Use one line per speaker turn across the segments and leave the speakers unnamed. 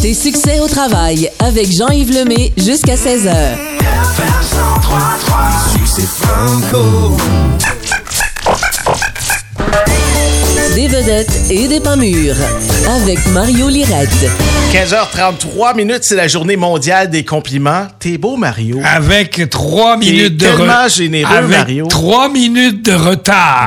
Tes succès au travail avec Jean-Yves Lemay jusqu'à 16h. Des vedettes et des pas mûrs avec Mario Lirette.
15h33 minutes, c'est la journée mondiale des compliments. T'es beau, Mario.
Ah. Avec trois
T'es
minutes de
tellement
re-
généreux,
Avec
Mario.
trois minutes de retard.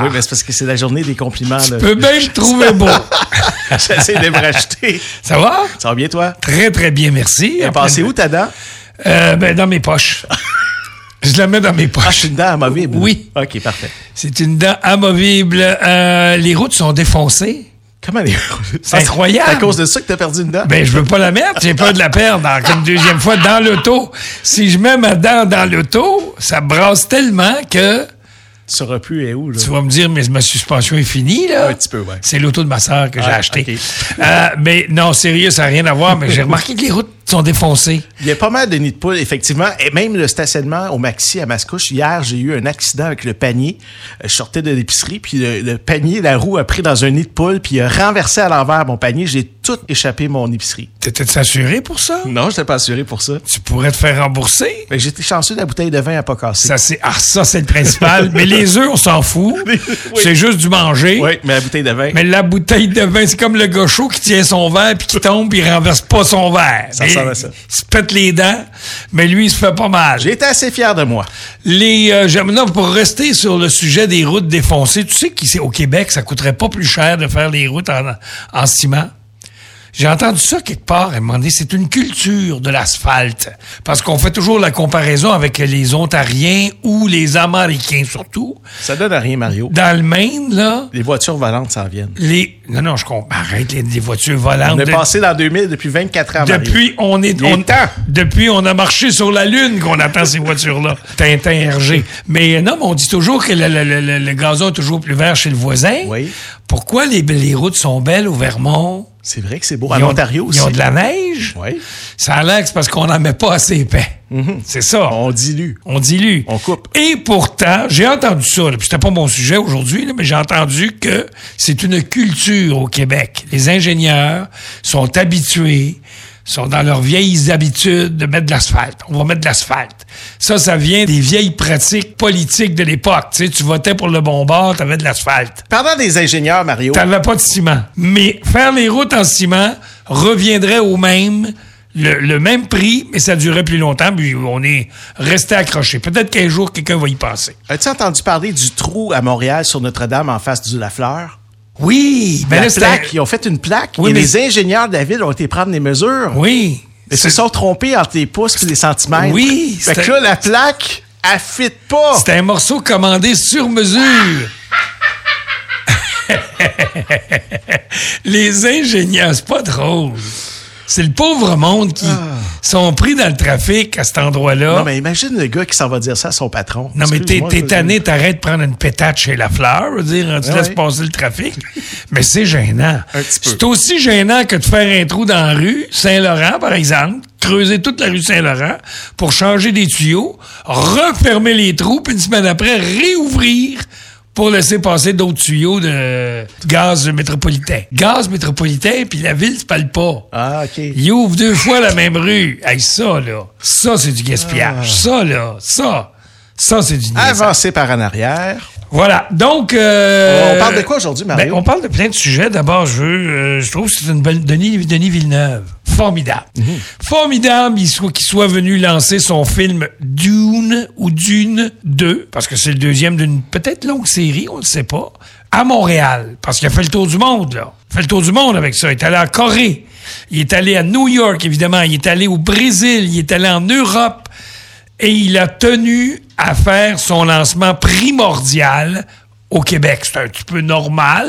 Ah. Oui, mais c'est parce que c'est la journée des compliments. là.
Tu peux bien me trouver beau.
J'essaie de me racheter.
Ça va?
Ça va bien, toi?
Très, très bien, merci.
T'as
Après-
passé où ta dent?
Euh, ben, dans mes poches. Je la mets dans mes
Ah, je
poches.
suis une dent amovible.
Oui.
OK, parfait.
C'est une dent amovible. Euh, les routes sont défoncées.
Comment les...
C'est incroyable.
C'est à cause de ça que t'as perdu une dent?
Ben, je veux pas la mettre. J'ai peur de la perdre en- comme deuxième fois dans l'auto. Si je mets ma dent dans l'auto, ça brasse tellement que
Ce repu est où, là?
tu vas me dire, mais ma suspension est finie, là.
Un petit peu, ouais.
C'est l'auto de ma sœur que j'ai
Ah,
acheté.
ok.
Euh, mais non, sérieux, ça n'a rien à voir, mais j'ai remarqué que les routes sont défoncées.
Il y a pas mal de nids de poules, effectivement. Et même le stationnement au Maxi à Mascouche. Hier, j'ai eu un accident avec le panier. Euh, Je sortais de l'épicerie, puis le, le panier, la roue a pris dans un nid de poule, puis il a renversé à l'envers mon panier. J'ai tout échappé mon épicerie.
T'étais assuré pour ça?
Non, je t'ai pas assuré pour ça.
Tu pourrais te faire rembourser?
Fait que Ben, J'étais chanceux de la bouteille de vin à pas casser.
Ça, c'est, ah, ça, c'est le principal. mais les œufs, on s'en fout. C'est juste du manger.
Oui, mais la bouteille de vin.
Mais la bouteille de vin, c'est comme le gaucho qui tient son verre puis qui tombe puis il renverse pas son verre.
Ça
Mais
ressemble à ça.
Il se pète les dents, mais lui, il se fait pas mal.
J'ai été assez fier de moi.
Les, euh, j'aime- non, pour rester sur le sujet des routes défoncées, tu sais qu'au Québec, ça coûterait pas plus cher de faire les routes en, en ciment. J'ai entendu ça quelque part, elle m'a dit, c'est une culture de l'asphalte. Parce qu'on fait toujours la comparaison avec les Ontariens ou les Américains surtout.
Ça donne à rien, Mario.
Dans le Maine, là,
Les voitures volantes s'en viennent.
les... Non, non, je comprends. Arrête, les, les voitures
On
volantes.
est
de-
passé dans 2000 depuis 24 ans, Ah, Mario.
depuis, on est...
Il est
on-
temps.
depuis, on a marché sur la Lune qu'on attend ces voitures-là. Tintin RG. Mais euh, non, mais on dit toujours que le, le- le- le- le gazon est toujours plus vert chez le voisin.
Oui.
Pourquoi les, les routes sont belles au Vermont?
C'est vrai que c'est beau.
Ils
À
ont-
l'Ontario aussi.
Ils ont de la neige.
Oui.
Ça a l'air que c'est parce qu'on n'en met pas assez épais. C'est ça.
Mhm. On dilue.
On dilue.
On coupe.
Et pourtant, j'ai entendu ça, là, puis c'était pas mon sujet aujourd'hui, là, mais j'ai entendu que c'est une culture au Québec. Les ingénieurs sont habitués, sont dans leurs vieilles habitudes de mettre de l'asphalte. On va mettre de l'asphalte. Ça, ça vient des vieilles pratiques politiques de l'époque. Tu sais, tu votais pour le bon bord, t'avais de l'asphalte.
Parlant des ingénieurs, Mario.
T'avais pas de ciment. Mais faire les routes en ciment reviendrait au même, le, le même prix, mais ça durait plus longtemps, puis on est resté accroché. Peut-être qu'un jour, quelqu'un va y passer.
As-tu entendu parler du trou à Montréal sur Notre-Dame en face du Lafleur?
Oui, mais
la
Ben là, c'était-
plaque, ils ont fait une plaque
Oui,
et
mais-
les ingénieurs de la ville ont été prendre des mesures.
Oui.
Ils se
C'est-
sont trompés entre les pouces et les centimètres.
Oui,
Fait que
c'était-
là, la plaque, elle fit pas.
C'était un morceau commandé sur mesure. Les ingénieurs, c'est pas drôle. C'est le pauvre monde qui sont pris dans le trafic à cet endroit-là.
Ah. Non, mais imagine le gars qui s'en va dire ça à son patron.
Ah. Non, mais t'es
Excuse-moi,
t'es
je-
tanné, t'arrêtes de prendre une pétate chez la fleur, je veux dire, tu
Ouais,
laisses
ouais.
passer le trafic. mais c'est gênant.
Un petit peu.
C'est aussi gênant que de faire un trou dans la rue Saint-Laurent, par exemple, creuser toute la rue Saint-Laurent pour changer des tuyaux, refermer les trous, puis une semaine après, réouvrir pour laisser passer d'autres tuyaux de gaz métropolitain. Gaz métropolitain, puis la ville se parle pas.
Ah, OK.
Il ouvre deux fois la même rue. Hey, ça, là, ça, c'est du gaspillage. Ça, là, ça, ça, c'est du niaisage.
Avancé par en arrière.
Voilà. Donc... euh,
On parle de quoi aujourd'hui, Mario?
ben, on parle de plein de sujets. D'abord, je veux... euh, je trouve que c'est une belle... Denis, Denis Villeneuve. Formidable.
Mhm.
Formidable il soit- qu'il soit venu lancer son film Dune ou Dune 2, parce que c'est le deuxième d'une peut-être longue série, on ne sait pas, à Montréal, parce qu'il a fait le tour du monde, là. Il a fait le tour du monde avec ça. Il est allé en Corée. Il est allé à New York, évidemment. Il est allé au Brésil. Il est allé en Europe et il a tenu à faire son lancement primordial au Québec. C'est un petit peu normal.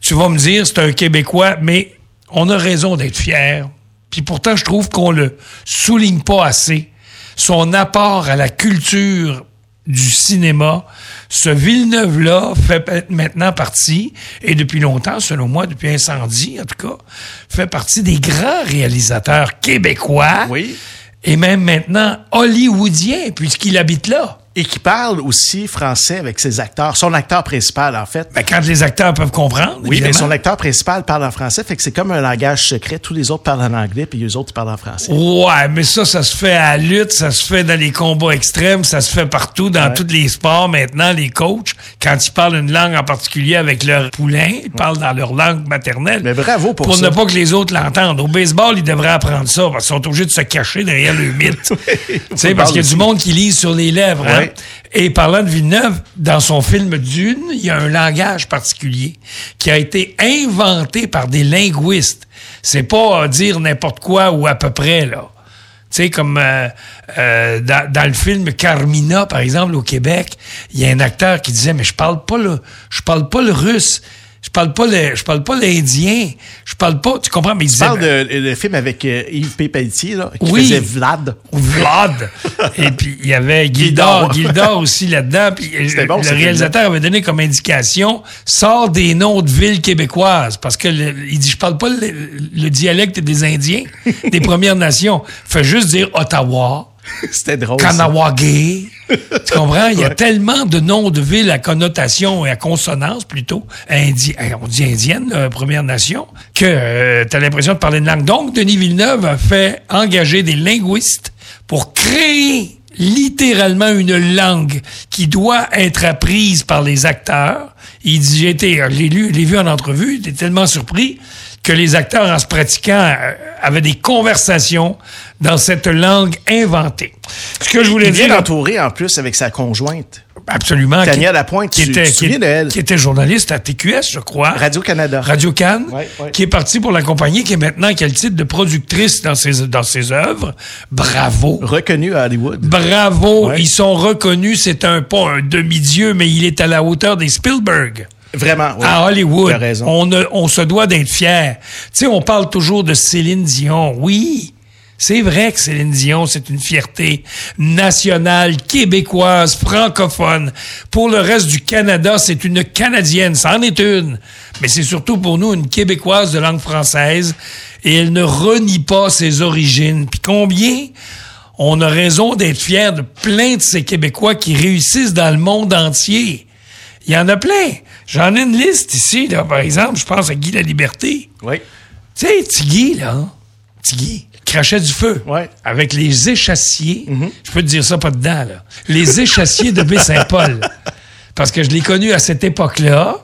Tu vas me dire, c'est un Québécois, mais on a raison d'être fier. Puis pourtant, je trouve qu'on le souligne pas assez. Son apport à la culture du cinéma, ce Villeneuve-là fait pa- maintenant partie, et depuis longtemps, selon moi, depuis Incendie en tout cas, fait partie des grands réalisateurs québécois
Oui.
et même maintenant hollywoodien, puisqu'il habite là.
et qui parle aussi français avec ses acteurs, son acteur principal en fait.
Ben, quand les acteurs peuvent comprendre.
Oui, mais
évidemment.
son acteur principal parle en français, fait que c'est comme un langage secret. Tous les autres parlent en anglais, puis les autres ils parlent en français.
Ouais, mais ça, ça se fait à la lutte, ça se fait dans les combats extrêmes, ça se fait partout, dans tous les sports maintenant, les coachs, quand ils parlent une langue en particulier avec leur poulain, ils parlent dans leur langue maternelle.
Mm. Mais bravo pour
Pour
ça.
ne pas que les autres l'entendent. Au baseball, ils devraient apprendre ça, parce qu'ils sont obligés de se cacher derrière le mythe. tu sais, parce qu'il y a du monde qui lise sur les lèvres. hein.
Ouais.
Et parlant de Villeneuve, dans son film Dune, il y a un langage particulier qui a été inventé par des linguistes. C'est pas euh, dire n'importe quoi ou à peu près, là. Tu sais, comme euh, euh, dans, dans le film Carmina, par exemple, au Québec, il y a un acteur qui disait Mais je parle pas le. Je parle pas le russe. Je parle pas le. Je parle pas l'Indien. Je parle pas. Tu comprends? Mais il
Tu
disait
parles de le film avec euh, Yves Pépeltier, là, qui
Oui.
faisait Vlad.
ou Vlad. Et puis, il y avait Gildor,
Gildor.
Gildor aussi là-dedans. Puis, euh,
bon,
le
ce
réalisateur avait donné comme indication sort des noms de villes québécoises. Parce que le- il dit Je parle pas le, le dialecte des Indiens, des Premières Nations. Fait juste dire Ottawa.
C'était drôle. ça.
Kanawagé. tu comprends? Il y a tellement de noms de villes à connotation et à consonance, plutôt, indi- eh, on dit indienne, là, Première Nation, que tu as l'impression de parler une langue. Donc, Denis Villeneuve a fait engager des linguistes pour créer littéralement une langue qui doit être apprise par les acteurs. Il dit, j'ai été, je l'ai lu, je l'ai vu en entrevue, j'étais tellement surpris que les acteurs, en se pratiquant, euh, avaient des conversations dans cette langue inventée. Ce que je voulais
Il est
dire,
bien entouré en plus avec sa conjointe.
absolument,
Tania Lapointe,
qui
tu-
était,
tu te
qui-
souviens d'elle?
qui était journaliste à TQS, je crois.
Radio-Canada.
Radio Cannes,
Ouais, ouais.
qui est partie pour l'accompagner, qui est maintenant, qui a le titre de productrice dans ses, dans ses œuvres. Bravo.
Reconnu à Hollywood.
Bravo,
Ouais.
ils sont reconnus. C'est un pas un demi-dieu, mais il est à la hauteur des Spielberg.
Vraiment, ouais.
À Hollywood,
T'as raison.
on, ne- on se doit d'être fiers. Tu sais, on parle toujours de Céline Dion. Oui, c'est vrai que Céline Dion, c'est une fierté nationale, québécoise, francophone. Pour le reste du Canada, c'est une Canadienne, ça en est une. Mais c'est surtout pour nous une Québécoise de langue française et elle ne renie pas ses origines. Puis combien on a raison d'être fiers de plein de ces Québécois qui réussissent dans le monde entier. Il y en a plein. J'en ai une liste ici, là, par exemple, je pense à Guy La Liberté.
Oui.
Tu sais, Tigui, là, hein? Tigui, crachait du feu.
Ouais.
Avec les échassiers. Je peux te dire ça pas dedans, là. Les échassiers de Baie-Saint-Paul. Parce que je l'ai connu à cette époque-là,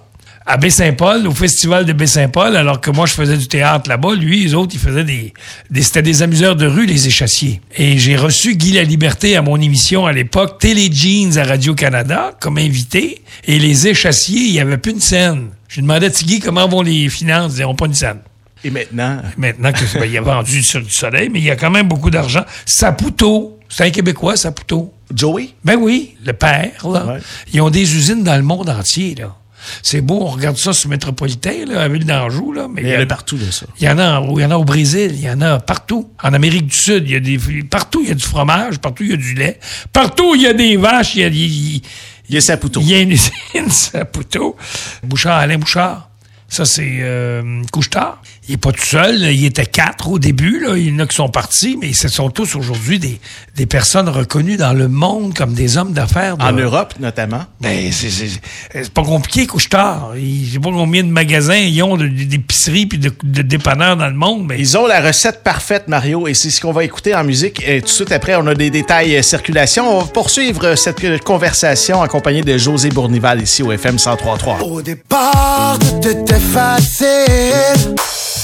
à Baie-Saint-Paul, au festival de Baie-Saint-Paul, alors que moi, je faisais du théâtre là-bas. Lui, les autres, ils faisaient des. des- C'était des amuseurs de rue, les échassiers. Et j'ai reçu Guy La Liberté à mon émission à l'époque, Télé Jeans à Radio-Canada, comme invité. Et les échassiers, il n'y avait plus une scène. Je demandais à Tigui comment vont les finances. Ils n'ont pas une scène
Et maintenant,
maintenant que ben, il a vendu sur du soleil, mais il y a quand même beaucoup d'argent. Saputo, c'est un Québécois, Saputo.
Joey?
Ben oui, le père, là.
Ouais.
Ils ont des usines dans le monde entier, là. C'est beau, on regarde ça sur Métropolitain, là, à Ville d'Anjou, là. Mais
Il
il
y
y
en
a-
a partout de ça.
il y en a, il y en a au Brésil, il y en a partout. En Amérique du Sud, il y a des, partout il y a du fromage, partout il y a du lait, partout il y a des vaches, il y a, des-
Il y a Saputo.
il y a une usine Saputo. Bouchard, Alain Bouchard. Ça, c'est euh, Couchetard. Il n'est pas tout seul. là. Il était quatre au début. Là. Il y en a qui sont partis, mais ce sont tous aujourd'hui des, des personnes reconnues dans le monde comme des hommes d'affaires. de-
En Europe, notamment.
ben, c'est- c'est c'est pas compliqué, Couchetard. Il- Je sais pas combien de magasins ils ont, de- de- d'épiceries puis de, de dépanneurs dans le monde, mais
Ils ont la recette parfaite, Mario, et c'est ce qu'on va écouter en musique. Et tout de suite après, on a des détails euh, circulation. On va poursuivre euh, cette euh, conversation accompagnée de José Bournival ici au FM 1033.
Au départ, tout était facile.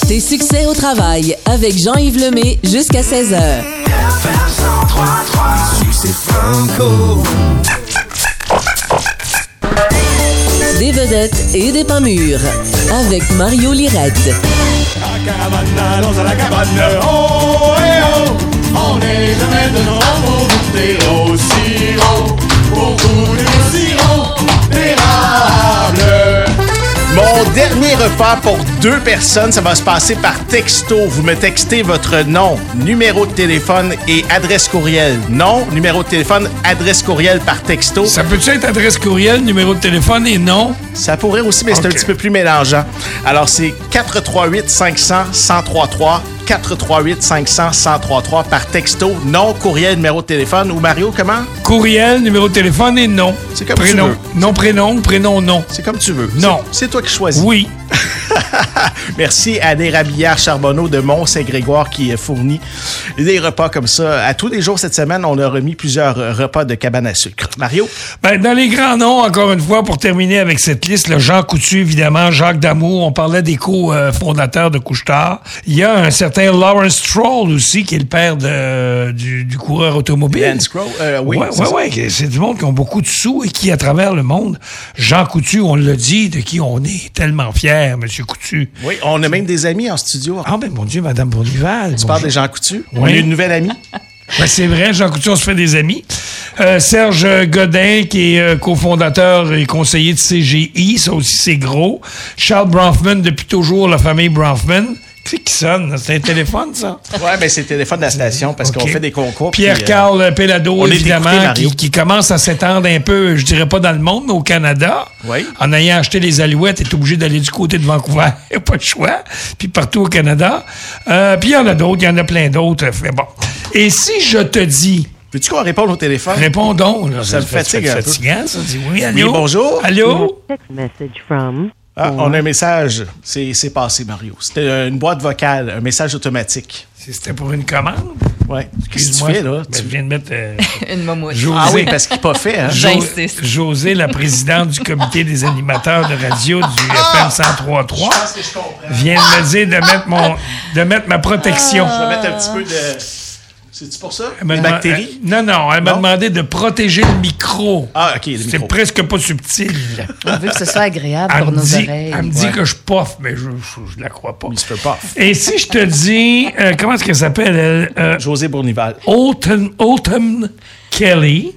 Tes succès au travail avec Jean-Yves Lemay jusqu'à 16h. Des vedettes et des pas mûres avec Mario Lirette.
Mon dernier repas pour deux personnes, ça va se passer par texto. Vous me textez votre nom, numéro de téléphone et adresse courriel. Nom, numéro de téléphone, adresse courriel par texto.
ça peut-tu être adresse courriel, numéro de téléphone et non?
Ça pourrait aussi, mais c'est un
Ok.
petit peu plus mélangeant. Alors, c'est 438 500 1033 438 500 1033 par texto, nom, courriel, numéro de téléphone ou Mario, comment?
Courriel, numéro de téléphone et nom.
C'est comme tu
prénom.
veux.
Non, prénom, prénom, non.
C'est comme tu veux.
Non.
C'est c'est toi qui choisis.
Oui.
Merci à des Rabillard Charbonneau de Mont-Saint-Grégoire qui euh, fournit des repas comme ça. À tous les jours cette semaine, on a remis plusieurs euh, repas de cabane à sucre. Mario?
Ben, dans les grands noms, encore une fois, pour terminer avec cette liste, là, Jean Coutu, évidemment, Jacques Damour, on parlait des co-fondateurs de Couchetard. Il y a un certain Lawrence Stroll aussi, qui est le père de- du, du coureur automobile.
Lance Stroll, euh, oui,
Ouais,
c'est
ouais,
ça.
ouais, que c'est du monde qui ont beaucoup de sous et qui, à travers le monde, Jean Coutu, on l'a dit, de qui on est tellement fier, Monsieur Coutu.
Oui, on a même des amis en studio.
Ah, ben, mon Dieu, Madame Bournival.
Tu parles des gens coutus?
Oui.
On a une nouvelle amie?
Ben, c'est vrai, Jean Coutu, on se fait des amis. Euh, Serge Godin, qui est euh, cofondateur et conseiller de CGI, ça aussi c'est gros. Charles Bronfman, depuis toujours, la famille Bronfman. Qui c'est qui sonne? là? C'est un téléphone, ça?
Oui, mais c'est le téléphone de la station parce qu'on
OK.
fait des concours. puis, euh,
Pierre-Carl Pellado,
on est écouté,
évidemment,
Mario.
qui, qui commence à s'étendre un peu, je dirais pas dans le monde, mais au Canada.
Oui.
En ayant acheté les Alouettes, est obligé d'aller du côté de Vancouver. Il a pas de choix. Puis partout au Canada. Euh, puis il y en a d'autres, il y en a plein d'autres. Mais bon. Et si je te dis
Veux-tu qu'on réponde au téléphone?
Réponds donc. Là,
Ça me fatigue un peu.
fatigant, ça. Dis oui, allô?
Oui, bonjour. Mm-hmm.
Allô?
Text message from.
Ah, on a un message. C'est c'est passé, Mario. C'était euh, une boîte vocale, un message automatique.
Si C'était pour une commande?
Ouais. Qu'est-ce que
Excuse-moi,
tu fais, là?
ben,
Tu-
je viens de mettre euh,
Une mamoune.
José,
Ah oui, parce qu'il n'est pas fait. Hein?
Je- j'insiste.
José, la présidente du comité des animateurs de radio du
Ah!
FM 1033, vient de me dire de mettre, mon, de mettre ma protection.
Je vais mettre un petit peu de. C'est-tu pour ça?
Elle m'a
Une
demand-
bactérie?
euh, non, non, elle m'a
Non?
demandé de protéger le micro.
Ah, OK, le
C'est
micro.
presque pas subtil.
On veut que ce soit agréable
Elle
pour
me
nos
dit,
oreilles.
elle me dit que je poffe, mais je ne la crois pas.
Il se peut pas.
Et si je te dis, euh, comment est-ce qu'elle s'appelle, elle? Euh,
José Bournival.
Autumn, Autumn Kelly.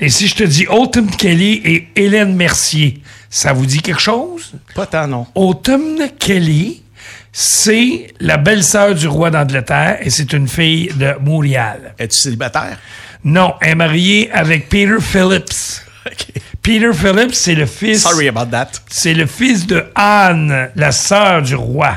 Et si je te dis Autumn Kelly et Hélène Mercier, ça vous dit quelque chose?
Pas tant, non.
Autumn Kelly, c'est la belle-sœur du roi d'Angleterre et c'est une fille de Montréal.
Es-tu célibataire?
Non, elle est mariée avec Peter Phillips.
OK.
Peter Phillips, c'est le fils...
Sorry about that.
C'est le fils de Anne, la sœur du roi.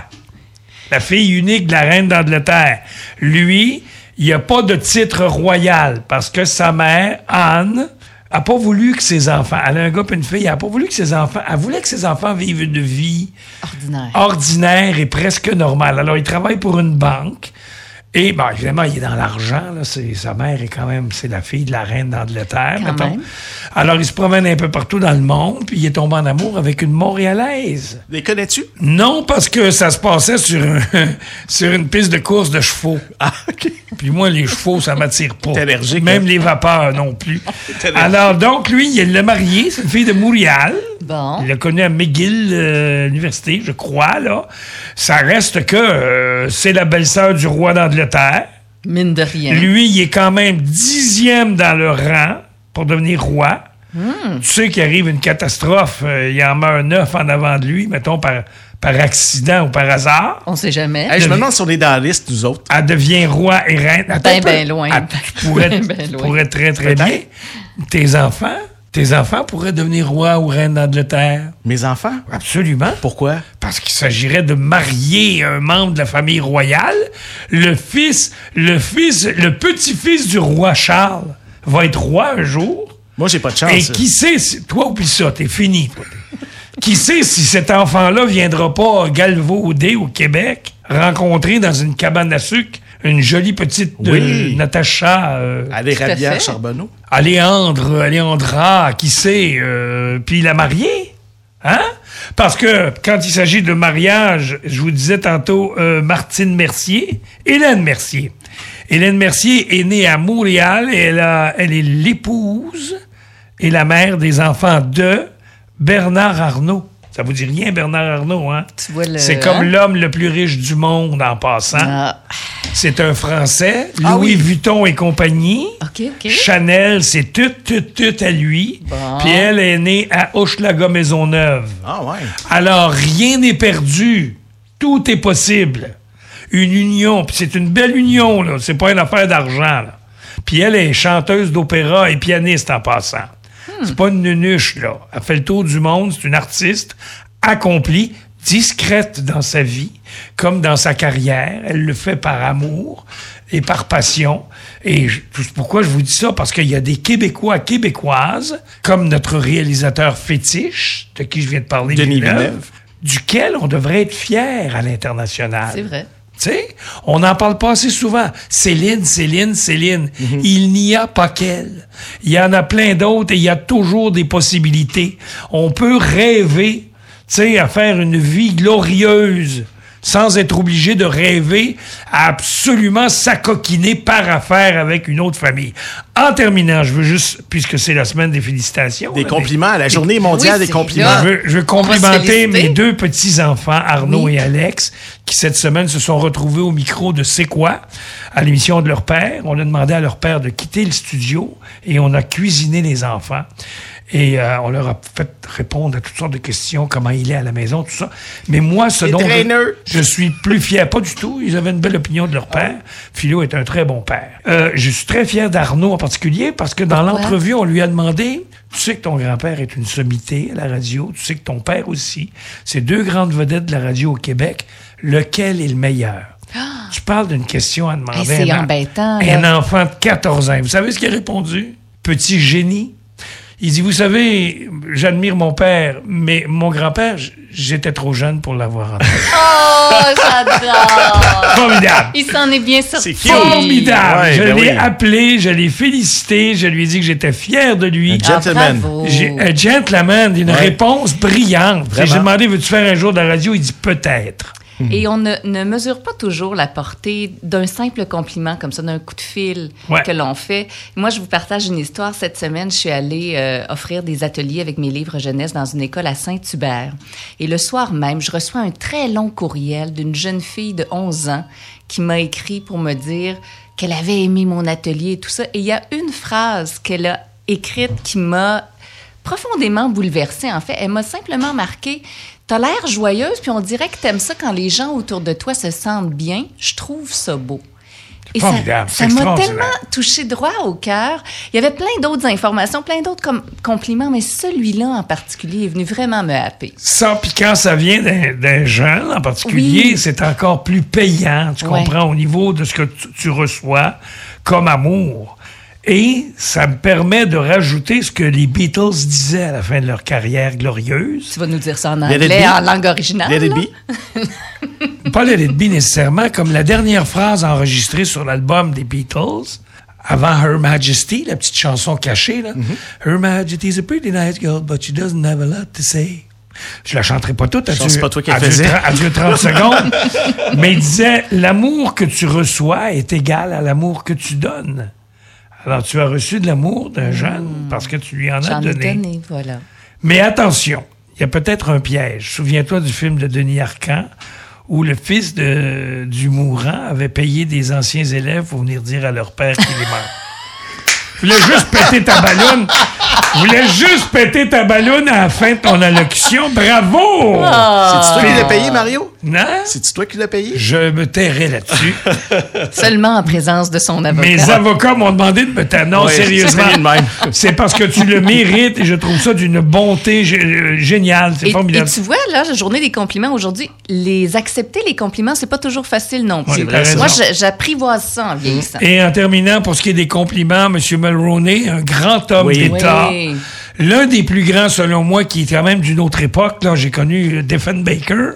La fille unique de la reine d'Angleterre. Lui, il n'y a pas de titre royal parce que sa mère, Anne, a pas voulu que ses enfants, elle a un gars et une fille, elle a pas voulu que ses enfants, elle voulait que ses enfants vivent une vie
Ordinaire.
ordinaire et presque normale. Alors, il travaille pour une banque. Et, bon, évidemment, il est dans l'argent. là. C'est- Sa mère est quand même, c'est la fille de la reine d'Angleterre.
Quand
mettons.
même.
Alors, il se promène un peu partout dans le monde, puis il est tombé en amour avec une Montréalaise.
Les connais-tu?
Non, parce que ça se passait sur, un- sur une piste de course de chevaux.
Ah, OK.
Puis moi, les chevaux, ça m'attire pas.
T'es allergique,
Même
hein?
les vapeurs non plus. Alors, donc, lui, il l'a marié, c'est une fille de Montréal.
Bon.
Il l'a connu à McGill euh, Université, je crois, là. Ça reste que euh, c'est la belle-sœur du roi d'Angleterre.
Mine de rien.
Lui, il est quand même dixième dans le rang pour devenir roi.
Hmm.
Tu sais qu'il arrive une catastrophe, euh, il en meurt neuf en avant de lui, mettons, par, par accident ou par hasard.
On sait
Ah.
jamais.
Hey, je me demande si on est dans la liste, nous autres.
Elle devient roi et reine. Attends
Ben,
un peu.
ben loin.
Ah, tu pourrais,
Ben, ben
tu
loin.
pourrais très, très
Peut-être.
bien. Tes enfants, tes enfants pourraient devenir roi ou reine d'Angleterre.
Mes enfants?
Absolument.
Pourquoi?
Parce qu'il s'agirait de marier un membre de la famille royale. Le fils, le fils, le petit-fils du roi Charles va être roi un jour.
Moi, j'ai pas de
Et
chance.
qui sait, si, toi oublie ça, t'es fini. toi. qui sait si cet enfant-là viendra pas galvaudé au Québec, rencontrer dans une cabane à sucre une jolie petite euh,
Oui.
Natacha euh,
À des
à
Rabillard
fait.
Charbonneau.
Aléandre, Aléandra, qui sait, euh, puis la mariée. Hein? Parce que quand il s'agit de mariage, je vous disais tantôt euh, Martine Mercier, Hélène Mercier. Hélène Mercier est née à Montréal et elle, a- elle est l'épouse et la mère des enfants de Bernard Arnault. Ça vous dit rien, Bernard Arnault, hein?
Tu vois le-
C'est comme
hein?
l'homme le plus riche du monde en passant.
Ah,
C'est un Français, Louis
Ah oui.
Vuitton et compagnie.
OK, OK.
Chanel, c'est tout, tout, tout à lui.
Bon.
Puis elle est née à Hochelaga Maisonneuve.
Ah, ouais.
Alors, rien n'est perdu. Tout est possible. Une union, puis c'est une belle union, là. C'est pas une affaire d'argent, là. Puis elle est chanteuse d'opéra et pianiste en passant.
Hmm.
C'est pas une nunuche, là. Elle fait le tour du monde, c'est une artiste accomplie, discrète dans sa vie, comme dans sa carrière. Elle le fait par amour et par passion. Et je- pourquoi je vous dis ça? Parce qu'il y a des Québécois, Québécoises, comme notre réalisateur fétiche, de qui je viens de parler,
Denis Villeneuve.
duquel on devrait être fier à l'international.
C'est vrai.
Tu sais, on n'en parle pas assez souvent. Céline, Céline, Céline.
Mhm.
Il n'y a pas qu'elle. Il y en a plein d'autres et il y a toujours des possibilités. On peut rêver, tu sais, à faire une vie glorieuse sans être obligé de rêver à absolument s'acoquiner par affaire avec une autre famille. En terminant, je veux juste, puisque c'est la semaine des félicitations.
Des
là,
compliments à la journée mondiale
Oui,
des
c'est
compliments.
là.
je veux, je veux
On va se
complimenter
féliciter.
mes deux petits-enfants, Arnaud
Oui.
et Alex, qui cette semaine se sont retrouvés au micro de C'est quoi, à l'émission de leur père. On a demandé à leur père de quitter le studio et on a cuisiné les enfants. Et euh, on leur a fait répondre à toutes sortes de questions, comment il est à la maison, tout ça. Mais moi, ce
Les
dont je,
traîneux.
je suis plus fier, pas du tout, ils avaient une belle opinion de leur père. Philo est un très bon père. Euh, je suis très fier d'Arnaud en particulier parce que dans
Pourquoi?
l'entrevue, on lui a demandé Tu sais que ton grand-père est une sommité à la radio, tu sais que ton père aussi. C'est deux grandes vedettes de la radio au Québec. Lequel est le meilleur Tu parles d'une question à demander.
Ah! Hey, c'est
à un en-
embêtant,
à Un
là.
enfant de 14 ans. Vous savez ce qu'il a répondu Petit génie. Il dit Vous savez, j'admire mon père, mais mon grand-père, j- j'étais trop jeune pour l'avoir entendu.
Oh, j'adore!
Formidable
Il s'en est bien sorti.
C'est cute.
Formidable.
Ouais,
je
ben
l'ai
oui.
appelé, je l'ai félicité, je lui ai dit que j'étais fier de lui.
Un Gentleman.
Ah, bravo.
J'ai- Un gentleman, une réponse brillante. J'ai
Vraiment.
demandé, veux-tu faire un jour de la radio? Il dit peut-être.
Et on ne, ne mesure pas toujours la portée d'un simple compliment comme ça, d'un coup de fil
Ouais.
que l'on fait. Moi, je vous partage une histoire. Cette semaine, je suis allée euh, offrir des ateliers avec mes livres jeunesse dans une école à Saint-Hubert. Et le soir même, je reçois un très long courriel d'une jeune fille de 11 ans qui m'a écrit pour me dire qu'elle avait aimé mon atelier et tout ça. Et il y a une phrase qu'elle a écrite qui m'a profondément bouleversée, en fait. Elle m'a simplement marqué T'as l'air joyeuse, puis on dirait que t'aimes ça quand les gens autour de toi se sentent bien. Je trouve ça beau. Et ça-
formidable,
ça
c'est
m'a
extraordinaire.
tellement touché droit au cœur. Il y avait plein d'autres informations, plein d'autres com- compliments, mais celui-là en particulier est venu vraiment me happer.
Ça, puis quand ça vient d'un d'un jeune en particulier,
Oui.
c'est encore plus payant, tu
Ouais.
comprends, au niveau de ce que tu, tu reçois comme amour. Et ça me permet de rajouter ce que les Beatles disaient à la fin de leur carrière glorieuse.
Tu vas nous dire ça en
Let it
anglais,
be.
en langue originale.
Let it
là.
be.
pas le Rigby nécessairement, comme la dernière phrase enregistrée sur l'album des Beatles, avant Her Majesty, la petite chanson cachée, là.
Mm-hmm.
Her Majesty is a pretty nice girl, but she doesn't have a lot to say. Je la chanterai pas toute,
pense pas toi qui la
adieu
faisais.
tra- adieu 30 secondes. Mais il disait, l'amour que tu reçois est égal à l'amour que tu donnes. Alors, tu as reçu de l'amour d'un jeune parce que tu lui en as
J'en ai
donné.
donné, voilà.
Mais attention, il y a peut-être un piège. Souviens-toi du film de Denis Arcan où le fils de, du mourant avait payé des anciens élèves pour venir dire à leur père qu'il est mort. Je voulais juste péter ta ballonne. Je voulais juste péter ta ballonne à la fin de ton allocution. Bravo!
Ah.
C'est-tu toi qui l'as payé, Mario?
Non?
C'est-tu toi qui l'as payé?
Je me tairai là-dessus.
Seulement en présence de son avocat.
Mes avocats m'ont demandé de me taire. Non,
Ouais,
sérieusement.
c'est de même.
C'est parce que tu le mérites et je trouve ça d'une bonté gé- euh, géniale. C'est
Et, et
formidable.
tu vois, là, la journée des compliments aujourd'hui, les accepter, les compliments, c'est pas toujours facile non
Ouais,
plus.
t'as raison.
Moi, je- j'apprivoise ça en vieillissant.
Et en terminant, pour ce qui est des compliments, M. Mulroney, un grand homme
Oui.
d'État,
Oui.
l'un des plus grands, selon moi, qui est quand même d'une autre époque. Là, j'ai connu euh, Diefenbaker,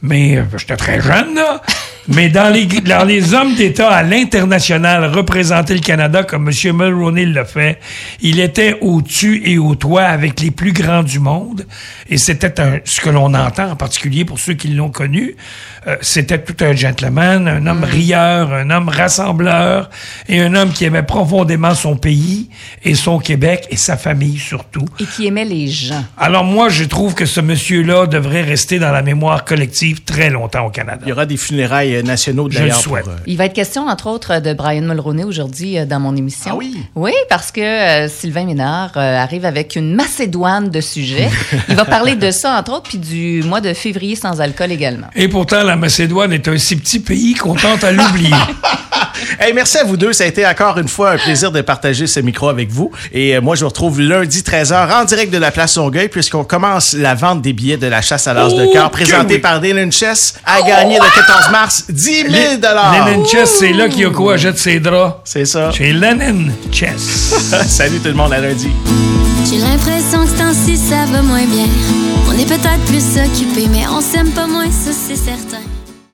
mais euh, j'étais très jeune, là. Mais dans les, dans les hommes d'État à l'international, représenter le Canada comme M. Mulroney l'a fait, il était au-dessus et au toit avec les plus grands du monde. Et c'était un- ce que l'on entend, en particulier pour ceux qui l'ont connu. Euh, c'était tout un gentleman, un homme rieur, un homme rassembleur et un homme qui aimait profondément son pays et son Québec et sa famille surtout.
Et qui aimait les gens.
Alors moi, je trouve que ce monsieur-là devrait rester dans la mémoire collective très longtemps au Canada.
Il y aura des funérailles euh, nationaux
Je le
d'ailleurs. pour,
souhaite.
euh,
Il va être question, entre autres, de Brian Mulroney aujourd'hui euh, dans mon émission.
Ah oui?
Oui, parce que euh, Sylvain Ménard euh, arrive avec une macédoine de sujets. Il va parler de ça, entre autres, puis du mois de février sans alcool également.
Et pourtant, la Macédoine est un si petit pays qu'on tente à l'oublier.
Hey, merci à vous deux. Ça a été encore une fois un plaisir de partager ce micro avec vous. Et euh, moi, je vous retrouve lundi 13h en direct de la place Longueuil puisqu'on commence la vente des billets de la chasse à l'as de
Oh,
cœur
que
présentée
oui.
par Dylan Chess à gagner le 14 mars 10 000
Lennon Chess, c'est là qu'Yoko achète ses draps.
C'est ça.
Chez Lennon Chess.
Salut tout le monde à lundi.
J'ai l'impression que ce temps-ci ça va moins bien. On est peut-être plus occupé, mais on s'aime pas moins, ça c'est certain.